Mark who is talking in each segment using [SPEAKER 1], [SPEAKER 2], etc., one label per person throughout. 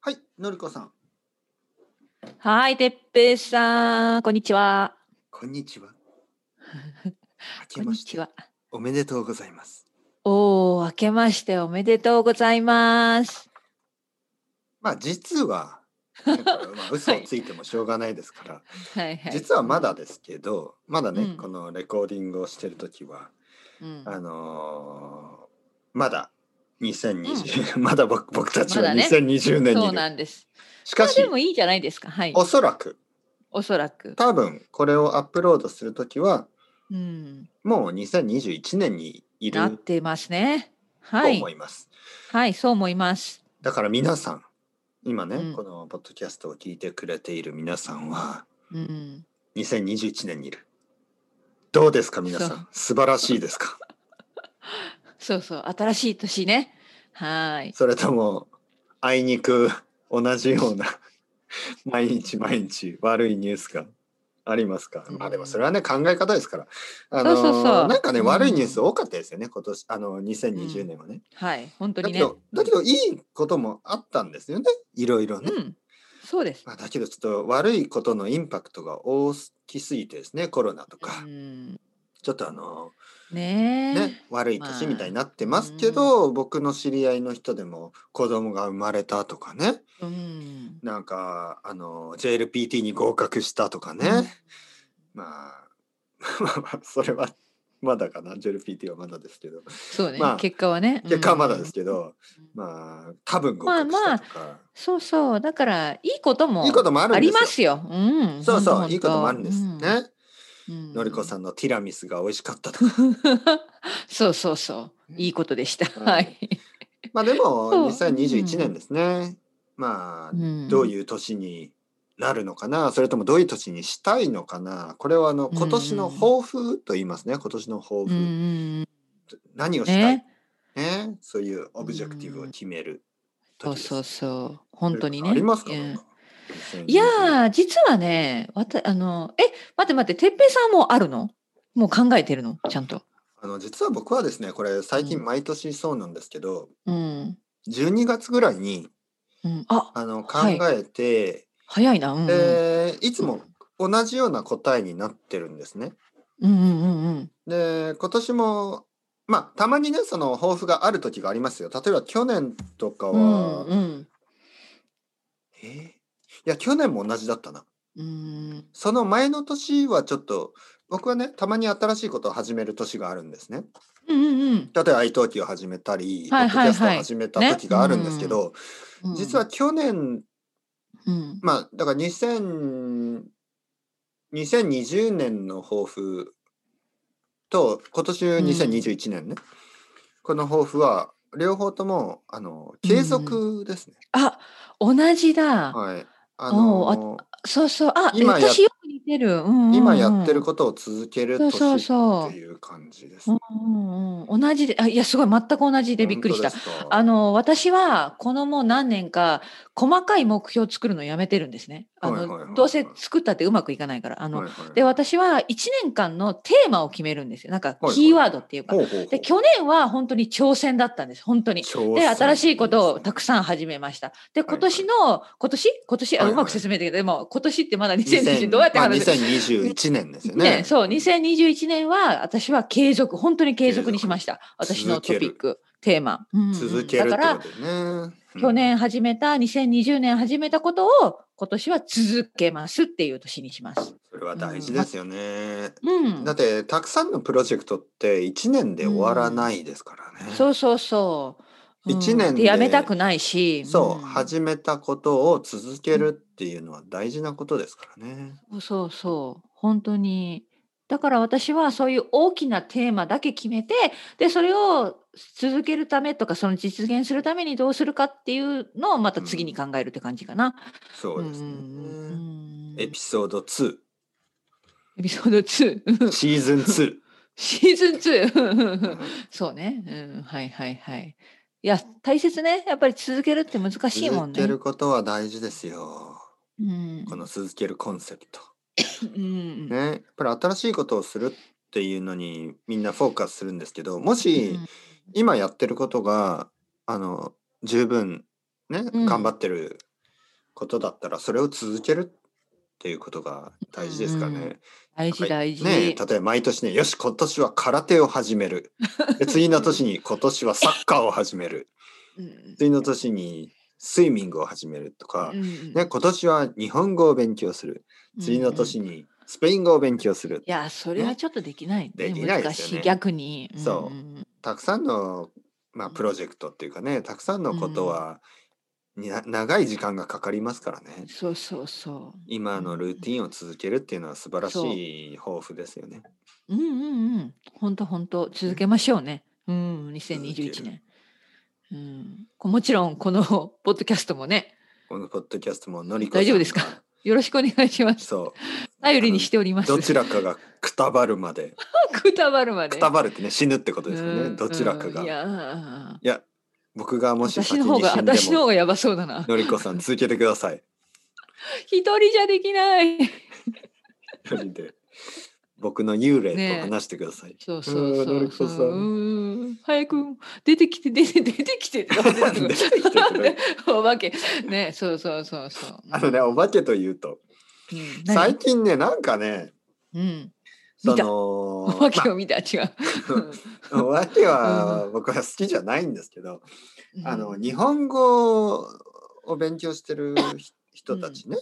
[SPEAKER 1] はい、のりこさん、
[SPEAKER 2] はい、てっぺいさん、こんにちは。
[SPEAKER 1] こんに ちは。明
[SPEAKER 2] こ
[SPEAKER 1] け
[SPEAKER 2] ん
[SPEAKER 1] ま
[SPEAKER 2] に
[SPEAKER 1] し
[SPEAKER 2] ち
[SPEAKER 1] て
[SPEAKER 2] は。
[SPEAKER 1] おめでとうございます。
[SPEAKER 2] おお、明けましておめでとうございます。
[SPEAKER 1] まあ実 は、なんかまあ嘘をついてもしょうがないですから、
[SPEAKER 2] はいはい。
[SPEAKER 1] 実はまだですけど、まだね、
[SPEAKER 2] うん
[SPEAKER 1] このレコーディングをしてる時は、
[SPEAKER 2] うん、
[SPEAKER 1] あのーまだ2020、ま だ僕僕たちは
[SPEAKER 2] まだね
[SPEAKER 1] 2020年に
[SPEAKER 2] そ
[SPEAKER 1] いうる、
[SPEAKER 2] なんです。
[SPEAKER 1] し
[SPEAKER 2] ま
[SPEAKER 1] か
[SPEAKER 2] あ
[SPEAKER 1] し、
[SPEAKER 2] でもいいじゃないですか。はい。
[SPEAKER 1] お
[SPEAKER 2] お
[SPEAKER 1] そらく
[SPEAKER 2] そらく。
[SPEAKER 1] 多分これをアップロードする時は
[SPEAKER 2] うん。
[SPEAKER 1] もう2021年にい
[SPEAKER 2] なっ
[SPEAKER 1] る
[SPEAKER 2] てますね。
[SPEAKER 1] と
[SPEAKER 2] はい
[SPEAKER 1] 思。います。
[SPEAKER 2] はい、そう思います。
[SPEAKER 1] だから皆さん今ね、
[SPEAKER 2] うん
[SPEAKER 1] このポッドキャストを聞いてくれている皆さんは
[SPEAKER 2] うん。
[SPEAKER 1] 2021年にいるどうですか皆さ
[SPEAKER 2] そ
[SPEAKER 1] ん
[SPEAKER 2] う
[SPEAKER 1] 素晴らしいですか
[SPEAKER 2] そうそう、新しい年ね。はい。
[SPEAKER 1] それともあいにく同じような 毎日毎日悪いニュースがありますか、まあでもそれはね考え方ですからあの
[SPEAKER 2] そうそうそう
[SPEAKER 1] なんかね、
[SPEAKER 2] うん
[SPEAKER 1] 悪いニュース多かったですよね今年あの2020年はね、
[SPEAKER 2] はい、本当
[SPEAKER 1] だ
[SPEAKER 2] に
[SPEAKER 1] け
[SPEAKER 2] ね。
[SPEAKER 1] どだけどいいこともあったんですよねいろいろね、
[SPEAKER 2] うん。そうです。
[SPEAKER 1] まあ、だけどちょっと悪いことのインパクトが大きすぎてですねコロナとか、
[SPEAKER 2] うん。
[SPEAKER 1] ちょっとあの
[SPEAKER 2] ねえ。
[SPEAKER 1] ね悪い年みたいになってますけど、僕の知り合いの人でも子供が生まれたとかね
[SPEAKER 2] うん。
[SPEAKER 1] なんかあの JLPT に合格したとかね、
[SPEAKER 2] うん
[SPEAKER 1] まあまあまあそれはまだかな JLPT はまだですけど
[SPEAKER 2] そうね、
[SPEAKER 1] まあ
[SPEAKER 2] 結果はね。
[SPEAKER 1] 結果はまだです
[SPEAKER 2] け
[SPEAKER 1] けど、
[SPEAKER 2] ど
[SPEAKER 1] まあ多分合格したとか、
[SPEAKER 2] そうそう、だからいいことも
[SPEAKER 1] いいこともある
[SPEAKER 2] あ
[SPEAKER 1] んで
[SPEAKER 2] り
[SPEAKER 1] すよ。
[SPEAKER 2] ますよ。うん、
[SPEAKER 1] そう
[SPEAKER 2] ほ
[SPEAKER 1] そ
[SPEAKER 2] ん
[SPEAKER 1] ういいこともあるんです、ね。
[SPEAKER 2] うん
[SPEAKER 1] のりこさ
[SPEAKER 2] ん。
[SPEAKER 1] んのティラミスが美味しかったとか。
[SPEAKER 2] そうそうそう、いいことでした。
[SPEAKER 1] うん
[SPEAKER 2] はい。
[SPEAKER 1] まあでも
[SPEAKER 2] そう
[SPEAKER 1] 2021年ですね。まあどう
[SPEAKER 2] う
[SPEAKER 1] いう年になるのかな、それともどういう年にしたいのかな。これはあの
[SPEAKER 2] うん
[SPEAKER 1] 今年の抱負と言いますね。今年の抱負、
[SPEAKER 2] んうん
[SPEAKER 1] 何をしたいね
[SPEAKER 2] ね、
[SPEAKER 1] そういうオブジェクティブを決める
[SPEAKER 2] そう
[SPEAKER 1] 時です。
[SPEAKER 2] そうそう、本当にね。
[SPEAKER 1] ありますか。
[SPEAKER 2] う
[SPEAKER 1] なん
[SPEAKER 2] ん
[SPEAKER 1] か2020
[SPEAKER 2] いやー、実はね、わた、あの、え、待って待って、てっぺいさんはもうあるの。もう考えてるの、ちゃんと。
[SPEAKER 1] あの実は僕はですね、これ最
[SPEAKER 2] う
[SPEAKER 1] 近
[SPEAKER 2] ん
[SPEAKER 1] 毎年そうなんですけど、
[SPEAKER 2] うん。
[SPEAKER 1] 12月ぐらいに
[SPEAKER 2] うん、あ、
[SPEAKER 1] あの考
[SPEAKER 2] はい
[SPEAKER 1] えて、
[SPEAKER 2] 早いな。うんうん。
[SPEAKER 1] でいつも同じような答えになってるんですね。
[SPEAKER 2] うんうんうんうん。
[SPEAKER 1] で今年もまあたまにねその抱負がある時がありますよ例えば去年とか
[SPEAKER 2] う
[SPEAKER 1] は、
[SPEAKER 2] んうん。
[SPEAKER 1] えーいや去年も同じだったな
[SPEAKER 2] うん。
[SPEAKER 1] その前の年はちょっと僕はねたまに新しいことを始める年があるんですね
[SPEAKER 2] うんうん
[SPEAKER 1] 例えば iTalki を始めたり、
[SPEAKER 2] はいはいは
[SPEAKER 1] ポッ
[SPEAKER 2] い
[SPEAKER 1] ドキャストを始めた時があるんですけど、
[SPEAKER 2] うん。
[SPEAKER 1] 実は、去年
[SPEAKER 2] うん、
[SPEAKER 1] まあだから2000 2020年の抱負と今年2021年ね、この抱負は両方ともあの継続ですね。
[SPEAKER 2] あ、同じだ。
[SPEAKER 1] はい。あ
[SPEAKER 2] お
[SPEAKER 1] の
[SPEAKER 2] そうそう。あ、
[SPEAKER 1] 今や
[SPEAKER 2] 私よく似てる。うんうんうん
[SPEAKER 1] 今やってることを続ける
[SPEAKER 2] そうそう
[SPEAKER 1] 年
[SPEAKER 2] そ
[SPEAKER 1] っ
[SPEAKER 2] う
[SPEAKER 1] て。いう感じです
[SPEAKER 2] う
[SPEAKER 1] ね。
[SPEAKER 2] んうんうん、同じで、あ、いや、すごい、全く同じでびっくりした。
[SPEAKER 1] 本当ですか
[SPEAKER 2] あの、私は、このもう何年か、細かい目標を作るのやめてるんですね。あ
[SPEAKER 1] はいはいはいはい
[SPEAKER 2] の、どうせ作ったってうまくいかないから。あ
[SPEAKER 1] はい
[SPEAKER 2] の、
[SPEAKER 1] はい
[SPEAKER 2] で、私は1年間のテーマを決めるんですよ。なんか
[SPEAKER 1] いは、い
[SPEAKER 2] キーワードっていうか。
[SPEAKER 1] ほうほうほう
[SPEAKER 2] で、去年は本当に挑戦だったんです。本当に。
[SPEAKER 1] 挑
[SPEAKER 2] で、
[SPEAKER 1] 戦
[SPEAKER 2] 新しいことをたく
[SPEAKER 1] ん。
[SPEAKER 2] さん始めました。で、
[SPEAKER 1] いはい
[SPEAKER 2] 今年の、今年今年、
[SPEAKER 1] は
[SPEAKER 2] あ、
[SPEAKER 1] いはいう
[SPEAKER 2] まく説明できないでも、今年ってまだ2020
[SPEAKER 1] 2000
[SPEAKER 2] どうやって
[SPEAKER 1] まあ
[SPEAKER 2] 話す
[SPEAKER 1] 2021年ですよ
[SPEAKER 2] ね
[SPEAKER 1] ね。
[SPEAKER 2] そう、2021年は、私は継続、本当に継続にしました。私のトピック、テーマ。うんうん
[SPEAKER 1] 続けるってこ
[SPEAKER 2] だから、
[SPEAKER 1] とでね。うん
[SPEAKER 2] 去年始めた、2020年始めたことを、今年は続けますっていう年にします。
[SPEAKER 1] それは大事ですよね。
[SPEAKER 2] うん
[SPEAKER 1] だ。ってたくさんのプロジェクトって1年で終わらないですからね。
[SPEAKER 2] そうそうそう。うん
[SPEAKER 1] 一年で
[SPEAKER 2] やめたくないし。
[SPEAKER 1] そう、
[SPEAKER 2] ん
[SPEAKER 1] 始めたことを続けるっていうのは大事なことですからね。
[SPEAKER 2] そうそうそう本当にだから私はそういう大きなテーマだけ決めてでそれを続けるためとかその実現するためにどうするかっていうのをまた次に考えるって感じかな。
[SPEAKER 1] そうですね。
[SPEAKER 2] うんうん
[SPEAKER 1] エピソード2、
[SPEAKER 2] エピソード2
[SPEAKER 1] シーズン2。
[SPEAKER 2] シーズ
[SPEAKER 1] う
[SPEAKER 2] ン2
[SPEAKER 1] ん
[SPEAKER 2] そうね、うん、はいはいはいいや大切ねやっぱり続けるって難しいも
[SPEAKER 1] 続
[SPEAKER 2] ん
[SPEAKER 1] け
[SPEAKER 2] ね。
[SPEAKER 1] ることは大事ですよ。
[SPEAKER 2] うん
[SPEAKER 1] この続けるコンセプト。
[SPEAKER 2] うん
[SPEAKER 1] ね。やっぱり新しいことをするっていうのにみんなフォーカスするんですけど、も
[SPEAKER 2] う
[SPEAKER 1] し
[SPEAKER 2] ん
[SPEAKER 1] 今やってることが、あの、十分ね、
[SPEAKER 2] うん
[SPEAKER 1] 頑張ってることだったらそれを続けるっていうことが大事ですかね。
[SPEAKER 2] うんうん大事大事。
[SPEAKER 1] ねえ例えば毎年ねよし今年は空手を始めるで次の年に今年はサッカーを始める
[SPEAKER 2] うん
[SPEAKER 1] 次の年にスイミングを始めるとか、
[SPEAKER 2] うん
[SPEAKER 1] ね、今年は日本語を勉強する次の
[SPEAKER 2] うんうん
[SPEAKER 1] 年にスペイン語を勉強する
[SPEAKER 2] いやそれはちょっとできない、ね、
[SPEAKER 1] できないですよね
[SPEAKER 2] 難しい逆に
[SPEAKER 1] そうん
[SPEAKER 2] ん
[SPEAKER 1] たくさんの、まあ、プロジェクトっていうかねたくさんのことは、にな長い時間がかかりますからね
[SPEAKER 2] そうそうそ
[SPEAKER 1] 今のルーティンを続けるっていうのは素晴らしい抱負ですよね。
[SPEAKER 2] ううんうんうん本当本当続けましょうねうん2021年うんこもちろんこの ポッドキャストもね
[SPEAKER 1] このポッドキャストものりこさん
[SPEAKER 2] 大丈夫です
[SPEAKER 1] が
[SPEAKER 2] かよろしくお願いし ます
[SPEAKER 1] そう
[SPEAKER 2] 頼りにしており ます
[SPEAKER 1] どちらかがくたばるまで
[SPEAKER 2] くたばるまで
[SPEAKER 1] くたばるってね死ぬってことですよ
[SPEAKER 2] う
[SPEAKER 1] ね
[SPEAKER 2] ん
[SPEAKER 1] どちらかが
[SPEAKER 2] うんい
[SPEAKER 1] いや
[SPEAKER 2] やー
[SPEAKER 1] 僕がもし
[SPEAKER 2] 私
[SPEAKER 1] 先
[SPEAKER 2] の方
[SPEAKER 1] に
[SPEAKER 2] が
[SPEAKER 1] 死んで
[SPEAKER 2] 私の方
[SPEAKER 1] も
[SPEAKER 2] がやばそうだな
[SPEAKER 1] のりこさん続けてください
[SPEAKER 2] 一人じゃできない
[SPEAKER 1] 一人で僕の幽霊
[SPEAKER 2] ね
[SPEAKER 1] と話してください、
[SPEAKER 2] そうそうそううんそ
[SPEAKER 1] 成子
[SPEAKER 2] う。
[SPEAKER 1] さん
[SPEAKER 2] うん早く出てきて出て出てき て。
[SPEAKER 1] なんで出てきてくれ
[SPEAKER 2] お化けねそうそうそうそう。
[SPEAKER 1] あのねお化けというと
[SPEAKER 2] うん
[SPEAKER 1] 最
[SPEAKER 2] 何
[SPEAKER 1] 近ねなんかね
[SPEAKER 2] うん。
[SPEAKER 1] そ
[SPEAKER 2] 見た
[SPEAKER 1] の
[SPEAKER 2] お化けを見た違 う。
[SPEAKER 1] まあお化けは僕は好きじゃないんですけど、
[SPEAKER 2] うん
[SPEAKER 1] あの日本語を勉強してる人人たちね、
[SPEAKER 2] う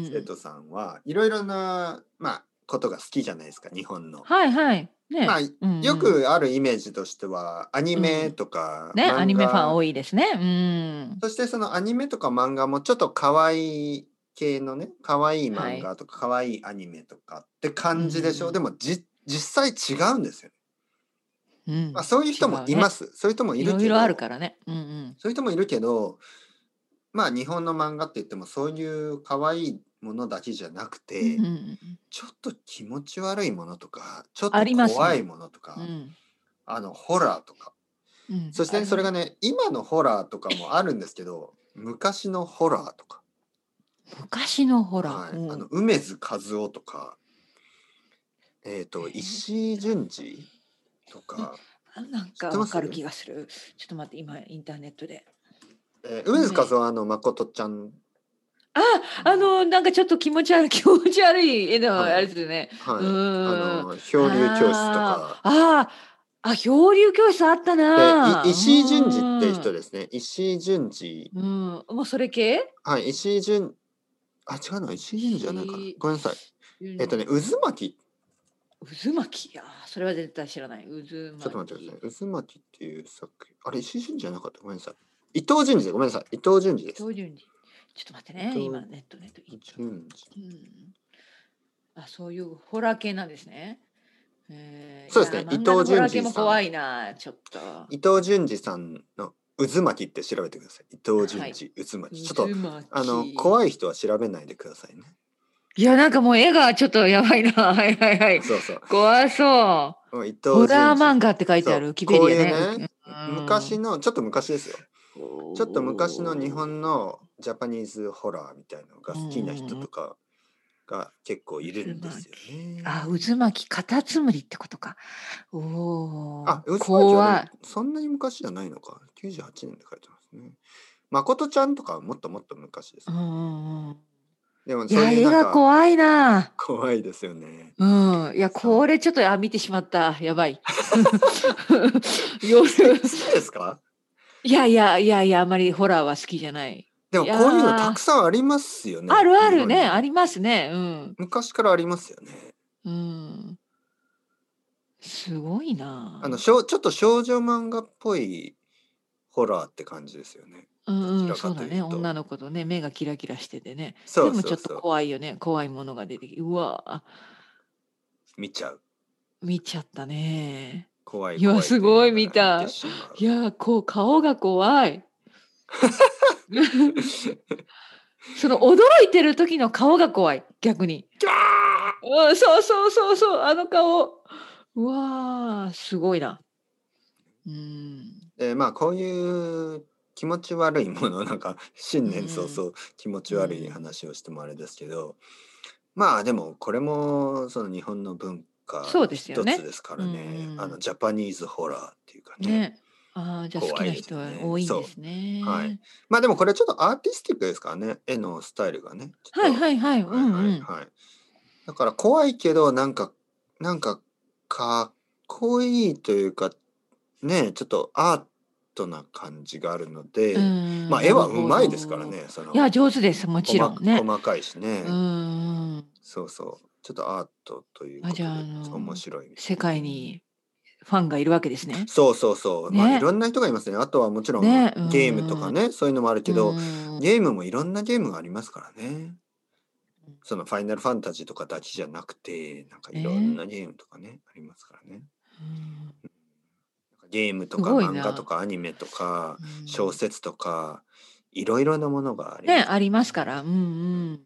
[SPEAKER 2] ん
[SPEAKER 1] 生徒さんはいろいろな、まあ、ことが好きじゃないですか日本の。
[SPEAKER 2] はいはいね。
[SPEAKER 1] まあ
[SPEAKER 2] うんうん
[SPEAKER 1] よくあるイメージとしてはアニメとか、
[SPEAKER 2] ねアニメファン
[SPEAKER 1] い
[SPEAKER 2] 多いですね。うん。
[SPEAKER 1] そしてそのアニメとか漫画もちょっと可愛い系のね可愛い漫画とか可愛いアニメとかって感じでしょう、
[SPEAKER 2] うん
[SPEAKER 1] でもじ実際違うんですよ、
[SPEAKER 2] うん
[SPEAKER 1] まあ、そういう人もいます、そういう人もい
[SPEAKER 2] い
[SPEAKER 1] るけど
[SPEAKER 2] ろいろあるからね。うんうん。
[SPEAKER 1] そういう人もいるけどまあ日本の漫画って言ってもそういう可愛いものだけじゃなくて、
[SPEAKER 2] うんうん
[SPEAKER 1] ちょっと気持ち悪いものとかちょっ
[SPEAKER 2] ありま
[SPEAKER 1] と
[SPEAKER 2] すね
[SPEAKER 1] 怖いものとかあ,、
[SPEAKER 2] うん
[SPEAKER 1] のホラーとか
[SPEAKER 2] うん。
[SPEAKER 1] そしてねそれがね今のホラーとかもあるんですけど昔のホラーとか、
[SPEAKER 2] 昔のほら、
[SPEAKER 1] はい
[SPEAKER 2] うん
[SPEAKER 1] あの梅津和夫とか、えっと
[SPEAKER 2] へえ
[SPEAKER 1] 石井淳二とか、
[SPEAKER 2] あなんか
[SPEAKER 1] 知ってます
[SPEAKER 2] わかる気がする。ちょっと待って、今インターネットで。
[SPEAKER 1] えー梅津和夫はあの誠ちゃん、
[SPEAKER 2] あ、あの、なんかちょっと気持ち悪い、気持ち悪い絵の
[SPEAKER 1] はい
[SPEAKER 2] あれですね。
[SPEAKER 1] は
[SPEAKER 2] う
[SPEAKER 1] い、あ
[SPEAKER 2] ん。
[SPEAKER 1] の漂流教室とか
[SPEAKER 2] あ。ーあー、あ、漂流教室あったな。
[SPEAKER 1] でい石井淳二って人
[SPEAKER 2] で。
[SPEAKER 1] ですね石井淳二
[SPEAKER 2] うん、もうそれ系。
[SPEAKER 1] はい石井淳あ違うな石井淳二じゃないかな
[SPEAKER 2] 石井
[SPEAKER 1] ごめんなさいえっとね、渦巻
[SPEAKER 2] 渦巻きや、それは絶対知らない。渦巻き。
[SPEAKER 1] き、ちょっと待ってください。渦巻きっていう作品、あれ、石井淳二じゃなかった。ごめんなさい。伊藤淳二で、ごめんなさい。伊藤淳二です。
[SPEAKER 2] 漂流にちょっと待ってね、
[SPEAKER 1] 伊
[SPEAKER 2] 今
[SPEAKER 1] 藤
[SPEAKER 2] ネットネット。
[SPEAKER 1] 淳二
[SPEAKER 2] うんあそういうホラー系なんですね。えー
[SPEAKER 1] そうですね
[SPEAKER 2] いや漫
[SPEAKER 1] 伊藤
[SPEAKER 2] 画のホラ
[SPEAKER 1] 潤
[SPEAKER 2] ー
[SPEAKER 1] 二
[SPEAKER 2] 系も
[SPEAKER 1] さん
[SPEAKER 2] 怖いな、ちょっと。
[SPEAKER 1] 伊藤淳二さんの渦巻きって調べてください。伊藤淳二、
[SPEAKER 2] はい
[SPEAKER 1] 渦巻き。ちょっと、あの、
[SPEAKER 2] い。
[SPEAKER 1] 怖い人は調べないでくださいね。
[SPEAKER 2] いや、なんかもう絵がちょっとやばいな。 はいはいはい。
[SPEAKER 1] そうそう
[SPEAKER 2] 怖そう。。
[SPEAKER 1] 伊藤
[SPEAKER 2] ホラー
[SPEAKER 1] 二
[SPEAKER 2] 漫画って書いてあ
[SPEAKER 1] そう
[SPEAKER 2] る、ウキペディ
[SPEAKER 1] こう
[SPEAKER 2] ア
[SPEAKER 1] いうね
[SPEAKER 2] ね。うん
[SPEAKER 1] 昔、の、ちょっと昔ですよ。
[SPEAKER 2] ちょ
[SPEAKER 1] ちょっと昔の日本のジャパニーズホラーみたいなのが好きな人とかが結構いるんですよね。
[SPEAKER 2] あ、渦巻き、カタツムリってことか。おお。
[SPEAKER 1] あ、渦巻き
[SPEAKER 2] 怖
[SPEAKER 1] はいで。もそんなに昔じゃないのか。98年で書いてますね。誠ちゃんとかはもっともっと昔です
[SPEAKER 2] う。んうんうん。
[SPEAKER 1] でも
[SPEAKER 2] い
[SPEAKER 1] そう
[SPEAKER 2] や、
[SPEAKER 1] い
[SPEAKER 2] 絵
[SPEAKER 1] うなん
[SPEAKER 2] が
[SPEAKER 1] か
[SPEAKER 2] 怖いな。
[SPEAKER 1] 怖いですよね。
[SPEAKER 2] うん、いや
[SPEAKER 1] そう
[SPEAKER 2] これちょっとあ見てしまったやばい 夜
[SPEAKER 1] 好きですか
[SPEAKER 2] いやいやいやいやあまりホラーは好きじゃない
[SPEAKER 1] でもこういうのたくさんありますよね。
[SPEAKER 2] あるある
[SPEAKER 1] 日本
[SPEAKER 2] ね
[SPEAKER 1] に
[SPEAKER 2] ありますねうん、
[SPEAKER 1] 昔からありますよね。
[SPEAKER 2] うん、すごいな
[SPEAKER 1] あのしょうちょっと少女漫画っぽいホラーって感じですよね。
[SPEAKER 2] うんう
[SPEAKER 1] ど
[SPEAKER 2] ん
[SPEAKER 1] ちら
[SPEAKER 2] そ
[SPEAKER 1] かと
[SPEAKER 2] うだ
[SPEAKER 1] いうと
[SPEAKER 2] ね女の子とね目がキラキラしててね
[SPEAKER 1] そうそうそ
[SPEAKER 2] でも
[SPEAKER 1] う
[SPEAKER 2] ちょっと怖いよね怖いものが出てきてうわ
[SPEAKER 1] 見ちゃう。
[SPEAKER 2] 見ちゃったね
[SPEAKER 1] 怖い
[SPEAKER 2] いや
[SPEAKER 1] 怖
[SPEAKER 2] すご
[SPEAKER 1] とう
[SPEAKER 2] い
[SPEAKER 1] のが
[SPEAKER 2] 見た
[SPEAKER 1] てしまう
[SPEAKER 2] いやーこう顔が怖い その驚いてる時の顔が怖い逆に
[SPEAKER 1] ギャー
[SPEAKER 2] うん、そうそうそうそう、あの顔。うわあ、すごいな。うん。
[SPEAKER 1] でまあこういう気持ち悪いものなんか新年早々気持ち悪い話をしてもあれですけど、まあでもこれもその日本の文化
[SPEAKER 2] そうですよね
[SPEAKER 1] 一つですからね
[SPEAKER 2] うんうん
[SPEAKER 1] あのジャパニーズホラーっていうかね
[SPEAKER 2] ね。ああ、じゃあ好きな人は多いんですね。
[SPEAKER 1] 怖いですねまあでもこれちょっとアーティスティックですからね絵のスタイルがね。ちょっ
[SPEAKER 2] はい
[SPEAKER 1] と
[SPEAKER 2] はいはい。う
[SPEAKER 1] はい
[SPEAKER 2] んう
[SPEAKER 1] はい
[SPEAKER 2] ん。
[SPEAKER 1] はい。だから怖いけどなんかなんかかっこいいというかねちょっとアートな感じがあるので、
[SPEAKER 2] うん
[SPEAKER 1] まあ絵はうまいですから。
[SPEAKER 2] なる
[SPEAKER 1] ねその
[SPEAKER 2] ほどいや、上手です。もちろんね
[SPEAKER 1] 細。細かいしね、
[SPEAKER 2] うんうん。
[SPEAKER 1] そうそうちょっとアートという
[SPEAKER 2] あ
[SPEAKER 1] ことで
[SPEAKER 2] じゃああの
[SPEAKER 1] 面白い
[SPEAKER 2] 世界にファンがいるわけですね。
[SPEAKER 1] そうそうそう、まあ
[SPEAKER 2] ね
[SPEAKER 1] いろんな人がいますねあとはもちろん、
[SPEAKER 2] ねうん
[SPEAKER 1] ゲームとかねそういうのもあるけど、
[SPEAKER 2] うん
[SPEAKER 1] ゲームもいろんなゲームがありますからね。そのファイナルファンタジーとかだけじゃなくて、なんかいろんなゲームとかね、ありますからね。ゲームとか
[SPEAKER 2] すごいな
[SPEAKER 1] 漫画とかアニメとか
[SPEAKER 2] うん
[SPEAKER 1] 小説とかいろいろなものがあります
[SPEAKER 2] ね、ありますから。うんうん。